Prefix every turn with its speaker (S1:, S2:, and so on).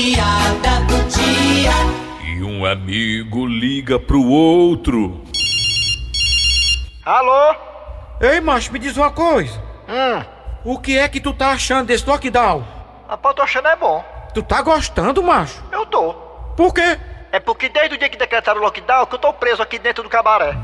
S1: piada do dia.
S2: E um amigo liga pro outro.
S3: Alô?
S4: Ei, macho, me diz uma coisa.
S3: Hum,
S4: O que é que tu tá achando desse lockdown?
S3: rapaz, eu tô achando é bom.
S4: Tu tá gostando, macho?
S3: Eu tô.
S4: Por quê?
S3: É porque desde o dia que decretaram o lockdown que eu tô preso aqui dentro do cabaré.